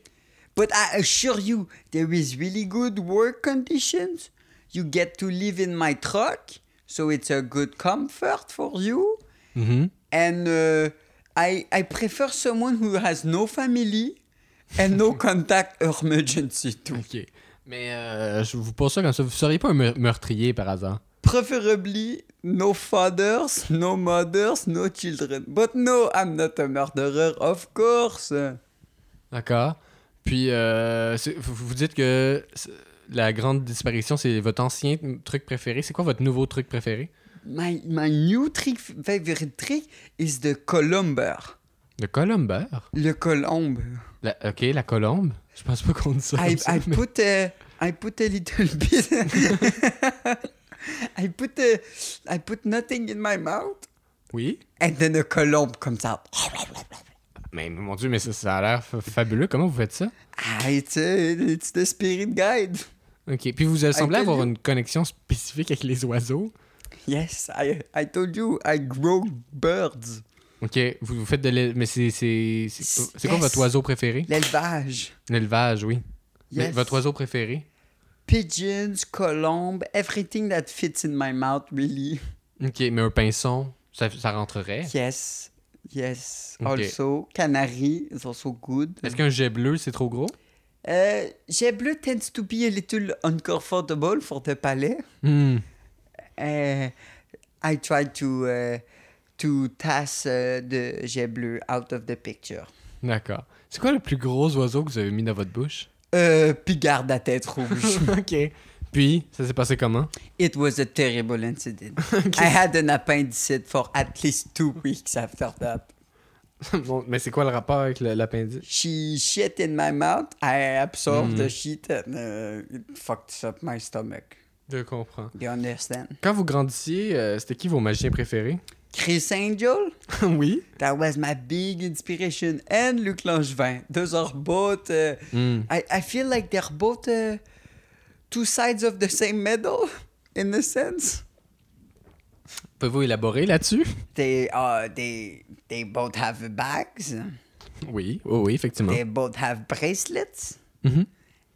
Speaker 2: But I assure you, there is really good work conditions. You get to live in my truck, so it's a good comfort for you.
Speaker 1: Mhm.
Speaker 2: And uh, I, I prefer someone who has no family and no contact emergency too.
Speaker 1: Ok. Mais euh, je vous pose ça comme ça. Vous seriez pas un meur- meurtrier par hasard?
Speaker 2: Preferably no fathers, no mothers, no children. But no, I'm not a murderer, of course.
Speaker 1: D'accord. Puis, euh, c'est- vous vous dites que c'est- la grande disparition, c'est votre ancien truc préféré. C'est quoi votre nouveau truc préféré?
Speaker 2: My, my new trick, favorite trick is the columber.
Speaker 1: Le colomber.
Speaker 2: Le colombe.
Speaker 1: La- ok, la colombe. Je pense pas qu'on dit ça.
Speaker 2: I,
Speaker 1: comme ça,
Speaker 2: I
Speaker 1: mais-
Speaker 2: put a, I put a little bit. I put a, I put nothing in my mouth.
Speaker 1: Oui.
Speaker 2: And then a colombe comes out.
Speaker 1: Mais mon Dieu, mais ça, ça a l'air fa- fabuleux. Comment vous faites ça?
Speaker 2: Ah, it's, a- it's the spirit guide.
Speaker 1: Ok. Puis vous semblez
Speaker 2: I
Speaker 1: avoir
Speaker 2: tell you-
Speaker 1: une connexion spécifique avec les oiseaux.
Speaker 2: Yes, I, I told you, I grow birds.
Speaker 1: Ok. Vous, vous faites de l'é- Mais c'est. C'est c'est- c'est quoi
Speaker 2: Yes.
Speaker 1: votre oiseau préféré?
Speaker 2: L'élevage.
Speaker 1: L'élevage, oui. Mais
Speaker 2: Yes.
Speaker 1: votre oiseau préféré?
Speaker 2: Pigeons, colombes, everything that fits in my mouth, really.
Speaker 1: Ok, mais un pinson, ça, ça rentrerait.
Speaker 2: Yes, yes.
Speaker 1: Ok.
Speaker 2: Also, canary is also good.
Speaker 1: Est-ce qu'un jet bleu, c'est trop gros?
Speaker 2: Uh, jet bleu tends to be a little uncomfortable for the palais.
Speaker 1: Hmm.
Speaker 2: Uh, I try to uh, to toss uh, the jet bleu out of the picture.
Speaker 1: D'accord. C'est quoi le plus gros oiseau que vous avez mis dans votre bouche?
Speaker 2: Euh, Pigarde à tête rouge.
Speaker 1: ok. Puis, ça s'est passé comment?
Speaker 2: It was a terrible incident. I had an appendicit for at least two weeks after that.
Speaker 1: Bon, mais c'est quoi le rapport avec le- l'appendice?
Speaker 2: She shit in my mouth. I absorbed the shit and uh, it fucked up my stomach.
Speaker 1: Je comprends.
Speaker 2: You understand?
Speaker 1: Quand vous grandissiez, euh, c'était qui vos magiciens préférés?
Speaker 2: Chris Angel?
Speaker 1: oui.
Speaker 2: That was my big inspiration. And Luc Langevin. Those are both. uh,
Speaker 1: Mm.
Speaker 2: I, I feel like they're both uh, two sides of the same medal, in a sense.
Speaker 1: Pouvez-vous élaborer là-dessus?
Speaker 2: They are. They they both have bags.
Speaker 1: Oui, oui, oui, effectivement.
Speaker 2: They both have bracelets.
Speaker 1: Mhm.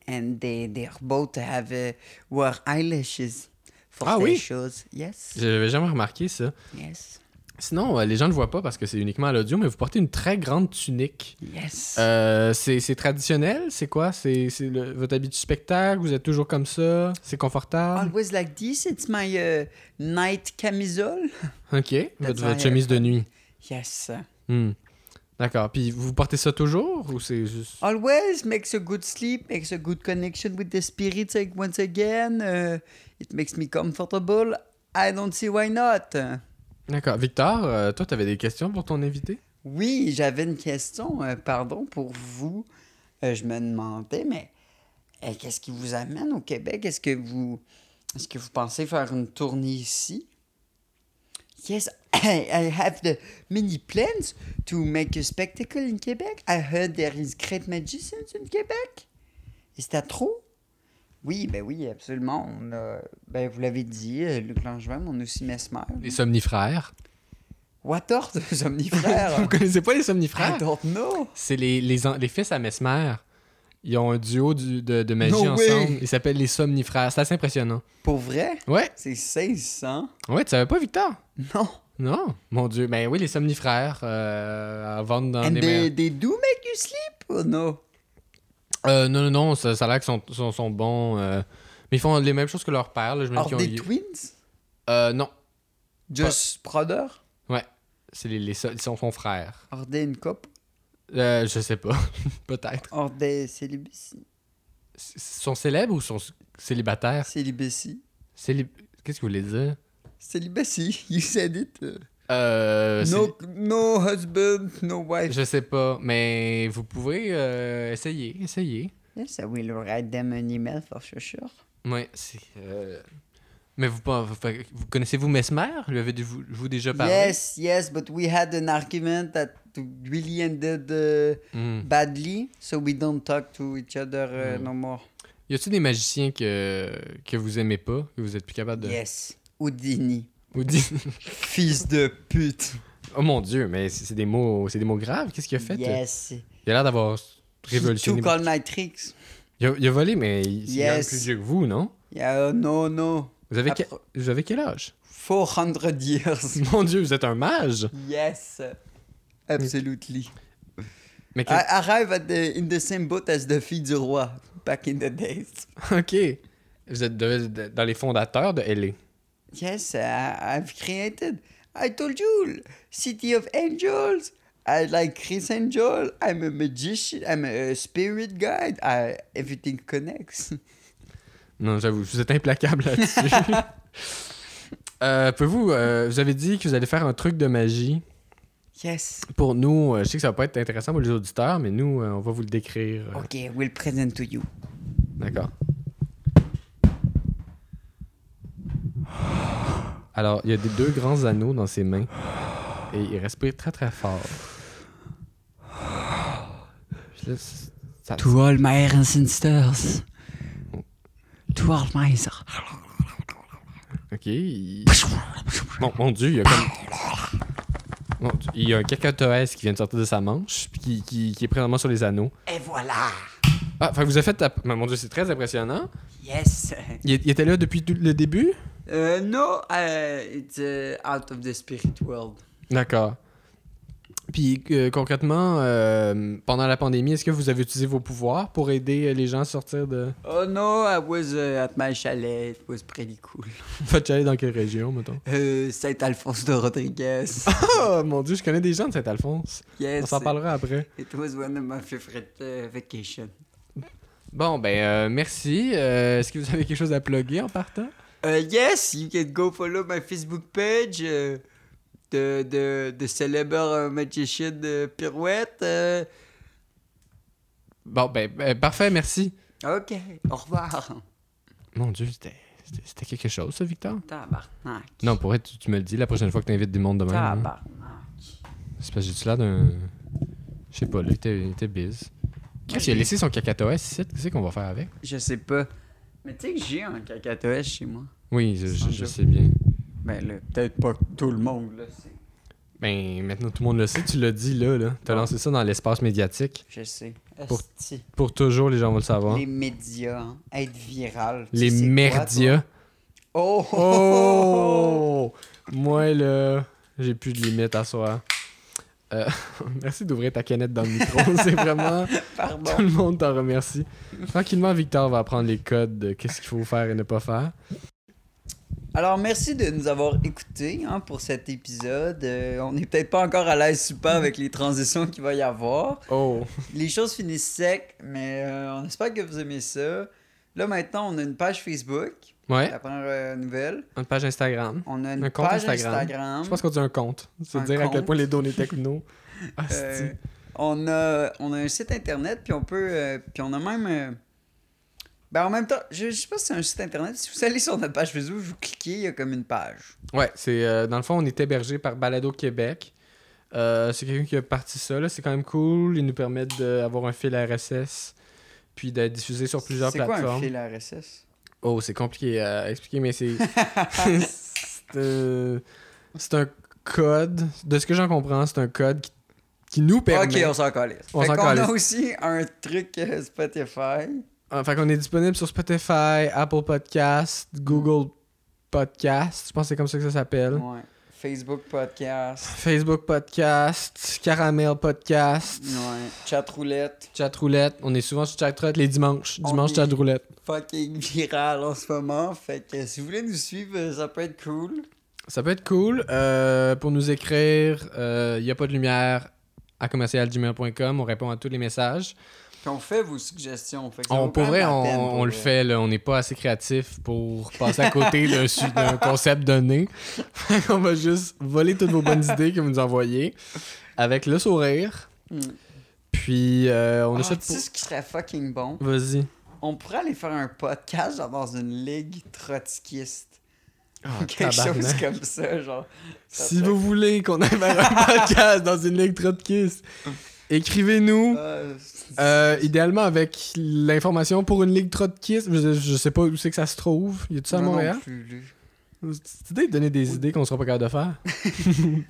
Speaker 2: And they they both have uh, wear eyelashes for
Speaker 1: Ah
Speaker 2: their
Speaker 1: oui.
Speaker 2: shows. Yes.
Speaker 1: Je n'avais jamais remarqué ça.
Speaker 2: Yes.
Speaker 1: Sinon, euh, les gens ne le voient pas parce que c'est uniquement à l'audio, mais vous portez une très grande tunique.
Speaker 2: Yes.
Speaker 1: Euh, c'est c'est traditionnel, c'est quoi? C'est c'est le- votre habit du spectacle, vous êtes toujours comme ça, c'est confortable.
Speaker 2: Always like this. It's my uh, night camisole.
Speaker 1: Ok, votre, votre
Speaker 2: why I-
Speaker 1: chemise de nuit.
Speaker 2: Yes.
Speaker 1: Hmm. D'accord, puis vous portez ça toujours ou c'est juste...
Speaker 2: Always makes a good sleep, makes a good connection with the spirits like, once again. uh, it makes me comfortable. I don't see why not.
Speaker 1: D'accord, Victor, euh, toi t'avais des questions pour ton invité?
Speaker 2: Oui, j'avais une question, euh, pardon, pour vous. Euh, je me demandais, mais euh, qu'est-ce qui vous amène au Québec? Est-ce que vous est-ce que vous pensez faire une tournée ici? Yes, I have the many plans to make a spectacle in Quebec. I heard there is great magicians in Québec. Is that true? Oui, ben oui, absolument. On a, ben vous l'avez dit, euh, Luc Langevin, on a aussi Mesmer.
Speaker 1: Les somnifères.
Speaker 2: What are the somnifères?
Speaker 1: Vous connaissez pas les
Speaker 2: I
Speaker 1: somnifères?
Speaker 2: don't know.
Speaker 1: C'est les, les, en- les fils à Mesmer. Ils ont un duo du- de, de magie
Speaker 2: No way.
Speaker 1: ensemble. Ils s'appellent les Somnifères. C'est assez impressionnant.
Speaker 2: Pour vrai?
Speaker 1: Ouais,
Speaker 2: C'est 1600?
Speaker 1: ouais, tu savais pas, Victor?
Speaker 2: Non.
Speaker 1: Non, mon Dieu. Ben oui, les Somnifères euh, à vendre dans
Speaker 2: And
Speaker 1: des
Speaker 2: they, they do make you sleep or no?
Speaker 1: Euh, non, non, non, ça, ça a l'air qu'ils sont, sont, sont bons. euh, mais ils font les mêmes choses que leur père. Là, je me dis
Speaker 2: Are
Speaker 1: qu'ils ont-
Speaker 2: they twins?
Speaker 1: Euh, non,
Speaker 2: Just brother?
Speaker 1: c'est les, les so- ils sont son frère.
Speaker 2: Are they in couple?
Speaker 1: Euh, je sais pas, peut-être.
Speaker 2: Are they célibacy?
Speaker 1: S- Sont célèbres ou sont célibataires
Speaker 2: Célibacy?
Speaker 1: Célib- Qu'est-ce que vous voulez dire
Speaker 2: Célibacy? You said it.
Speaker 1: euh,
Speaker 2: no, no husband, no
Speaker 1: c'est-
Speaker 2: wife.
Speaker 1: Je sais pas, mais vous pouvez euh, essayer, essayer.
Speaker 2: Yes, I will write them an email for sure. sure.
Speaker 1: Ouais, c'est. euh, Mais vous, pas- vous, vous connaissez-vous Mesmer Lui avez-vous vous déjà parlé
Speaker 2: Yes, yes, but we had an argument that really ended uh,
Speaker 1: Hmm.
Speaker 2: badly, so we don't talk to each other uh,
Speaker 1: Mm.
Speaker 2: no more.
Speaker 1: Y a-t-il des magiciens que, que vous aimez pas, que vous êtes plus capable de.
Speaker 2: Yes, Houdini.
Speaker 1: Ou dit-
Speaker 2: Fils de pute.
Speaker 1: Oh mon dieu, mais c'est c'est des mots, c'est des mots graves. Qu'est-ce qu'il a fait euh,
Speaker 2: Yes.
Speaker 1: Il a l'air d'avoir révolutionné.
Speaker 2: He took all my tricks.
Speaker 1: Il a, il a volé, mais il c'est quand même
Speaker 2: Yes.
Speaker 1: plus vieux que vous, non
Speaker 2: Yeah, oh, no, no.
Speaker 1: vous avez, que-
Speaker 2: Appro-
Speaker 1: vous avez quel âge
Speaker 2: 400 years.
Speaker 1: Mon dieu, vous êtes un mage.
Speaker 2: yes. Absolutely.
Speaker 1: Mais que-
Speaker 2: I arrive at the, in the same boat as the fille du roi back in the days.
Speaker 1: ok, vous êtes de- de- dans les fondateurs de LA.
Speaker 2: Yes, I, I've created. I told you, City of Angels. I like Chris Angel. I'm a magician. I'm a spirit guide. I, everything connects.
Speaker 1: Non, j'avoue, vous êtes implacable là-dessus. Euh, Pouvez-vous, euh, vous avez dit que vous allez faire un truc de magie.
Speaker 2: Yes.
Speaker 1: Pour nous, euh, je sais que ça va pas être intéressant pour les auditeurs, mais nous, euh, on va vous le décrire. euh,
Speaker 2: Okay, we'll present to you.
Speaker 1: D'accord. Alors, il y a des deux grands anneaux dans ses mains et il respire très très fort. Puis là, c- ça-
Speaker 2: To all my ancestors. To all my.
Speaker 1: Ok. il- Mon, mon dieu, il y a comme. Mon Dieu, il y a un cacatoès qui vient de sortir de sa manche puis qui, qui- qui est présentement sur les anneaux.
Speaker 2: Et voilà.
Speaker 1: Ah, fait que vous avez fait. ta- Mais Mon dieu, c'est très impressionnant.
Speaker 2: Yes.
Speaker 1: Il, est- il était là depuis tout le début?
Speaker 2: Uh, no, uh, it's uh, out of the spirit world.
Speaker 1: D'accord. Puis euh, concrètement, euh, pendant la pandémie, est-ce que vous avez utilisé vos pouvoirs pour aider euh, les gens à sortir de
Speaker 2: Oh no, I was uh, at my chalet. It was pretty cool.
Speaker 1: votre chalet dans quelle région, mettons?
Speaker 2: Euh, Saint-Alphonse de Rodriguez.
Speaker 1: Oh mon dieu, je connais des gens de Saint-Alphonse.
Speaker 2: Yes.
Speaker 1: On s'en parlera après.
Speaker 2: It was one of my favorite uh, vacation.
Speaker 1: Bon, ben euh, merci. Euh, est-ce que vous avez quelque chose à plugger en partant?
Speaker 2: Uh, yes, you can go follow my Facebook page. Uh, the, the, the celebre uh, magician uh, Pirouette. uh,
Speaker 1: Bon, ben, ben, parfait, merci.
Speaker 2: ok, au revoir.
Speaker 1: Mon dieu, c'était, c'était- c'était quelque chose, ça, Victor?
Speaker 2: Tabarnak.
Speaker 1: Non, pour être, tu, tu me le dis la prochaine fois que tu invites des mondes demain.
Speaker 2: Ah, bah. Tabarnak.
Speaker 1: hein. C'est parce que j'ai-tu l'air d'un. Je sais pas, là, il était, il était biz. Chris, il a laissé son cacatoès ici. Qu'est-ce qu'on va faire avec?
Speaker 2: Je sais pas. Mais tu sais que j'ai un cacatoès chez moi.
Speaker 1: Oui, je, je-
Speaker 2: Sans
Speaker 1: je
Speaker 2: joke.
Speaker 1: sais bien.
Speaker 2: Ben là, peut-être pas tout le monde le sait.
Speaker 1: Ben, maintenant, tout le monde le sait, tu l'as dit là, là. T'as lancé ça dans l'espace médiatique.
Speaker 2: Je sais.
Speaker 1: Pour-
Speaker 2: Esti.
Speaker 1: Pour toujours, les gens vont le savoir.
Speaker 2: Les médias, hein. être viral. tu
Speaker 1: Les,
Speaker 2: sais quoi,
Speaker 1: merdias.
Speaker 2: toi? Oh!
Speaker 1: Oh! Moi, là, j'ai plus de limite à soi. Euh, merci d'ouvrir ta canette dans le micro. C'est vraiment.
Speaker 2: Pardon.
Speaker 1: Tout le monde t'en remercie. Tranquillement, Victor va apprendre les codes de qu'est-ce qu'il faut faire et ne pas faire.
Speaker 2: Alors, merci de nous avoir écoutés hein, pour cet épisode. Euh, on n'est peut-être pas encore à l'aise super avec les transitions qu'il va y avoir.
Speaker 1: Oh!
Speaker 2: Les choses finissent sec, mais euh, on espère que vous aimez ça. Là, maintenant, on a une page Facebook,
Speaker 1: Ouais,
Speaker 2: la première euh, nouvelle.
Speaker 1: une page Instagram.
Speaker 2: On a une
Speaker 1: Eh. Un compte
Speaker 2: page
Speaker 1: Instagram.
Speaker 2: Instagram.
Speaker 1: Je pense qu'on dit un compte. C'est
Speaker 2: Un
Speaker 1: dire à quel
Speaker 2: compte.
Speaker 1: point les données techno. Asti.
Speaker 2: Euh, on, a, on a un site internet, puis on peut. euh, puis on a même. euh, ben, en même temps, je, je sais pas si c'est un site internet. Si vous allez sur notre page Facebook, vous cliquez, il y a comme une page.
Speaker 1: Ouais, c'est euh, dans le fond, on est hébergé par Balado Québec. Euh, c'est quelqu'un qui a parti ça, là. C'est quand même cool. Ils nous permettent d'avoir un fil RSS, puis d'être diffusé sur plusieurs
Speaker 2: C'est quoi un
Speaker 1: plateformes.
Speaker 2: fil RSS?
Speaker 1: oh, c'est compliqué à expliquer, mais c'est. c'est euh, c'est un code. De ce que j'en comprends, c'est un code qui qui nous permet.
Speaker 2: Ok, on s'en calisse.
Speaker 1: On
Speaker 2: fait
Speaker 1: s'en
Speaker 2: qu'on
Speaker 1: calisse.
Speaker 2: a aussi un truc euh, Spotify.
Speaker 1: Euh, fait qu'on est disponible sur Spotify, Apple Podcast, Google Podcast. Je pense que c'est comme ça que ça s'appelle.
Speaker 2: Ouais. Facebook Podcast.
Speaker 1: Facebook Podcast, Caramel Podcast,
Speaker 2: Ouais. Chat roulette.
Speaker 1: Chat Roulette. On est souvent sur Chat Roulette les dimanches.
Speaker 2: On
Speaker 1: Dimanche
Speaker 2: est-
Speaker 1: Chat Roulette.
Speaker 2: Fucking viral en ce moment. Fait que si vous voulez nous suivre, euh, ça peut être cool.
Speaker 1: Ça peut être cool. Euh, pour nous écrire, il n'y a pas de lumière à commercialgmail.com. On répond à tous les messages.
Speaker 2: Puis on fait vos suggestions. Fait que ça
Speaker 1: On,
Speaker 2: vaut
Speaker 1: pour
Speaker 2: quand
Speaker 1: vrai,
Speaker 2: même la
Speaker 1: on,
Speaker 2: peine, pour
Speaker 1: on le
Speaker 2: vrai.
Speaker 1: fait. là. On n'est pas assez créatif pour passer à côté d'un su- d'un concept donné. on va juste voler toutes vos bonnes idées que vous nous envoyez avec le sourire.
Speaker 2: Mm.
Speaker 1: Puis, euh, on
Speaker 2: Ah,
Speaker 1: essaie de...
Speaker 2: tu sais ce qui serait fucking bon?
Speaker 1: Vas-y.
Speaker 2: On pourrait aller faire un podcast genre dans une ligue trotskiste.
Speaker 1: Ah,
Speaker 2: Quelque
Speaker 1: tabarnak.
Speaker 2: chose comme ça, genre. Ça
Speaker 1: Si
Speaker 2: serait-
Speaker 1: vous voulez qu'on aille vers un podcast dans une ligue trotskiste, écrivez-nous.
Speaker 2: Euh,
Speaker 1: Euh, idéalement avec l'information pour une ligue trotskiste. Je, je sais pas où c'est que ça se trouve. Y a tout ça à
Speaker 2: moi non
Speaker 1: Montréal?
Speaker 2: plus, lui.
Speaker 1: C'est idée de donner des idées qu'on sera pas capable de faire.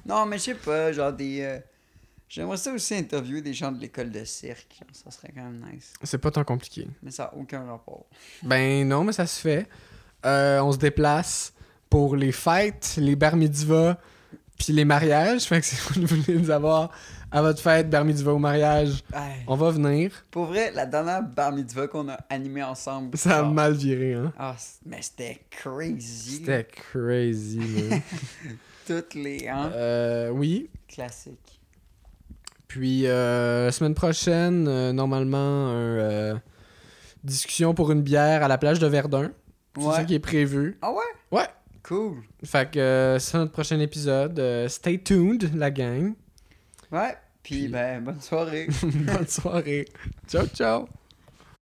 Speaker 2: Non, mais je sais pas, genre des. euh, J'aimerais ça aussi interviewer des gens de l'école de cirque. genre, ça serait quand même nice.
Speaker 1: C'est pas tant compliqué.
Speaker 2: Mais ça n'a aucun rapport.
Speaker 1: Ben non, mais ça se fait. Euh, on se déplace pour les fêtes, les bar mitzvahs, puis les mariages. Fait que si vous voulez nous avoir à votre fête, bar mitzvah ou mariage,
Speaker 2: Hey,
Speaker 1: on va venir.
Speaker 2: Pour vrai, la dernière bar mitzvah qu'on a animée ensemble.
Speaker 1: Ça a
Speaker 2: genre-
Speaker 1: mal viré, hein.
Speaker 2: Ah, c- mais c'était crazy.
Speaker 1: C'était crazy, man.
Speaker 2: Toutes les. Hein,
Speaker 1: Euh, oui,
Speaker 2: Classique.
Speaker 1: Puis euh, la semaine prochaine, euh, normalement, un, euh, discussion pour une bière à la plage de Verdun. C'est
Speaker 2: Ouais.
Speaker 1: ça qui est prévu.
Speaker 2: Ah ouais?
Speaker 1: Ouais.
Speaker 2: Cool.
Speaker 1: Fait que euh, c'est notre prochain épisode. Euh, stay tuned, la gang.
Speaker 2: Ouais. Puis,
Speaker 1: Puis-
Speaker 2: ben, bonne soirée.
Speaker 1: Bonne soirée. Ciao, ciao.